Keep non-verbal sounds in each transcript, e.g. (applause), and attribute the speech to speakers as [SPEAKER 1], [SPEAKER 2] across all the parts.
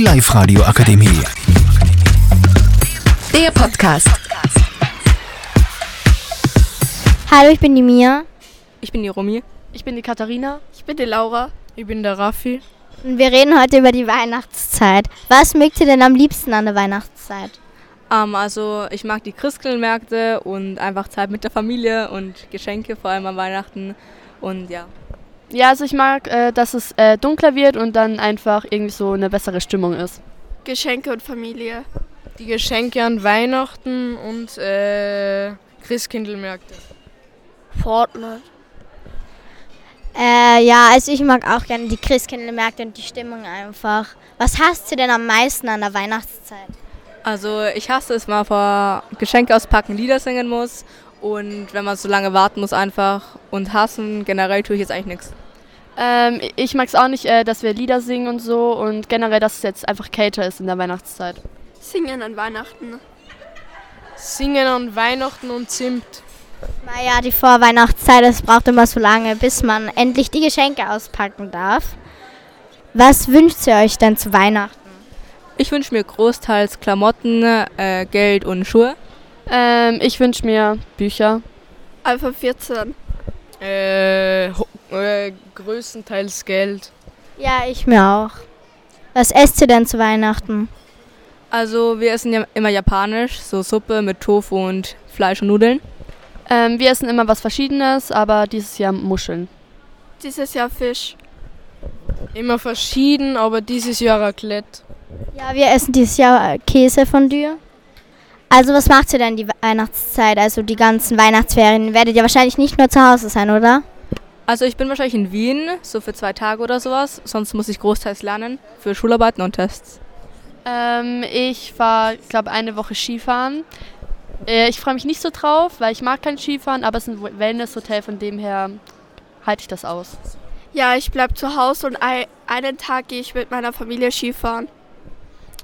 [SPEAKER 1] Live Radio Akademie.
[SPEAKER 2] Der Podcast.
[SPEAKER 3] Hallo, ich bin die Mia.
[SPEAKER 4] Ich bin die Romy.
[SPEAKER 5] Ich bin die Katharina.
[SPEAKER 6] Ich bin die Laura.
[SPEAKER 7] Ich bin der Raffi.
[SPEAKER 3] Und wir reden heute über die Weihnachtszeit. Was mögt ihr denn am liebsten an der Weihnachtszeit?
[SPEAKER 4] Ähm, also ich mag die Christkindlmärkte und einfach Zeit mit der Familie und Geschenke, vor allem an Weihnachten. Und ja.
[SPEAKER 6] Ja, also ich mag, äh, dass es äh, dunkler wird und dann einfach irgendwie so eine bessere Stimmung ist.
[SPEAKER 5] Geschenke und Familie.
[SPEAKER 7] Die Geschenke an Weihnachten und äh, Christkindlmärkte.
[SPEAKER 5] Fortnite.
[SPEAKER 3] Äh, ja, also ich mag auch gerne die Christkindlmärkte und die Stimmung einfach. Was hasst ihr denn am meisten an der Weihnachtszeit?
[SPEAKER 4] Also ich hasse es, wenn man vor Geschenke auspacken Lieder singen muss und wenn man so lange warten muss einfach und hassen, generell tue ich jetzt eigentlich nichts.
[SPEAKER 6] Ähm, ich mag es auch nicht, äh, dass wir Lieder singen und so und generell, dass es jetzt einfach kälter ist in der Weihnachtszeit.
[SPEAKER 5] Singen an Weihnachten.
[SPEAKER 7] Singen an Weihnachten und Zimt.
[SPEAKER 3] Naja, die Vorweihnachtszeit, es braucht immer so lange, bis man endlich die Geschenke auspacken darf. Was wünscht ihr euch denn zu Weihnachten?
[SPEAKER 4] Ich wünsche mir großteils Klamotten, äh, Geld und Schuhe.
[SPEAKER 6] Ähm, ich wünsche mir Bücher.
[SPEAKER 5] Alpha 14.
[SPEAKER 7] Äh, ho- äh, größtenteils Geld.
[SPEAKER 3] Ja, ich mir auch. Was esst ihr denn zu Weihnachten?
[SPEAKER 4] Also wir essen ja immer japanisch, so Suppe mit Tofu und Fleisch und Nudeln.
[SPEAKER 6] Ähm, wir essen immer was Verschiedenes, aber dieses Jahr Muscheln.
[SPEAKER 5] Dieses Jahr Fisch.
[SPEAKER 7] Immer verschieden, aber dieses Jahr Raclette.
[SPEAKER 3] Ja, wir essen dieses Jahr Käse von dir. Also was macht ihr denn die Weihnachtszeit, also die ganzen Weihnachtsferien? Werdet ihr wahrscheinlich nicht nur zu Hause sein, oder?
[SPEAKER 4] Also ich bin wahrscheinlich in Wien, so für zwei Tage oder sowas. Sonst muss ich großteils lernen für Schularbeiten und Tests.
[SPEAKER 6] Ähm, ich war, glaube eine Woche Skifahren. Äh, ich freue mich nicht so drauf, weil ich mag kein Skifahren, aber es ist ein Wellness-Hotel, von dem her halte ich das aus.
[SPEAKER 5] Ja, ich bleib zu Hause und ei- einen Tag gehe ich mit meiner Familie Skifahren.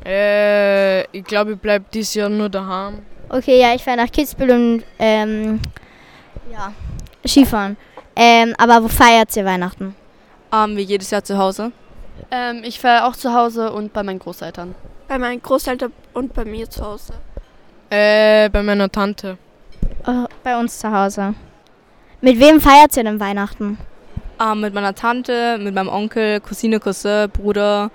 [SPEAKER 7] Äh, ich glaube, ich bleibe dieses Jahr nur daheim.
[SPEAKER 3] Okay, ja, ich fahre nach Kitzbühel und ähm, ja, Skifahren. Ähm, aber wo feiert ihr Weihnachten?
[SPEAKER 4] Ähm, wie jedes Jahr zu Hause.
[SPEAKER 6] Ähm, ich war auch zu Hause und bei meinen Großeltern.
[SPEAKER 5] Bei meinen Großeltern und bei mir zu Hause.
[SPEAKER 7] Äh, bei meiner Tante.
[SPEAKER 3] Oh, bei uns zu Hause. Mit wem feiert ihr denn Weihnachten?
[SPEAKER 4] Ähm, mit meiner Tante, mit meinem Onkel, Cousine, Cousin, Bruder,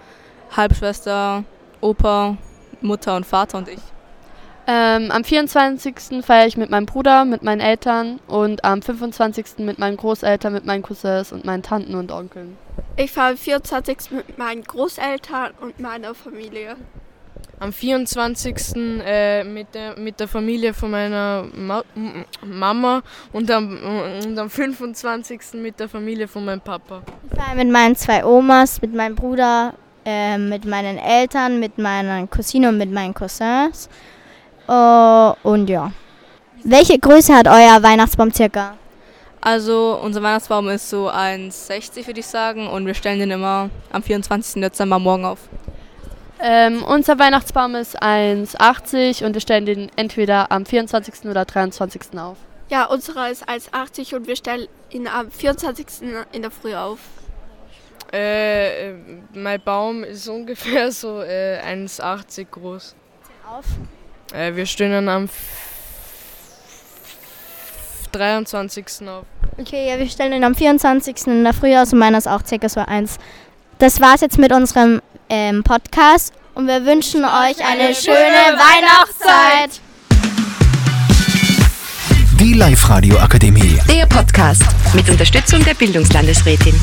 [SPEAKER 4] Halbschwester, Opa, Mutter und Vater und ich.
[SPEAKER 6] Ähm, am 24. feiere ich mit meinem Bruder, mit meinen Eltern und am 25. mit meinen Großeltern, mit meinen Cousins und meinen Tanten und Onkeln.
[SPEAKER 5] Ich fahre am 24. mit meinen Großeltern und meiner Familie.
[SPEAKER 7] Am 24. Äh, mit, der, mit der Familie von meiner Ma M- Mama und am, und am 25. mit der Familie von meinem Papa.
[SPEAKER 3] Ich feiere mit meinen zwei Omas, mit meinem Bruder, ähm, mit meinen Eltern, mit meiner Cousine und mit meinen Cousins. Äh, und ja. Welche Größe hat euer Weihnachtsbaum circa?
[SPEAKER 4] Also unser Weihnachtsbaum ist so 1,60 würde ich sagen und wir stellen den immer am 24. Dezember morgen auf.
[SPEAKER 6] Ähm, unser Weihnachtsbaum ist 1,80 und wir stellen den entweder am 24. oder 23. auf.
[SPEAKER 5] Ja, unserer ist 1,80 und wir stellen ihn am 24. in der Früh auf.
[SPEAKER 7] Äh, äh, mein Baum ist (laughs) ungefähr so äh, 1,80 groß.
[SPEAKER 3] Auf.
[SPEAKER 7] Äh, wir stehen dann am f- 23. auf.
[SPEAKER 3] Okay, ja, wir stellen den am 24. in der Früh aus und meiner ist auch circa so eins. Das war's jetzt mit unserem ähm, Podcast und wir wünschen euch eine schöne Weihnachtszeit.
[SPEAKER 1] Die Live Radio Akademie.
[SPEAKER 2] Der Podcast mit Unterstützung der Bildungslandesrätin.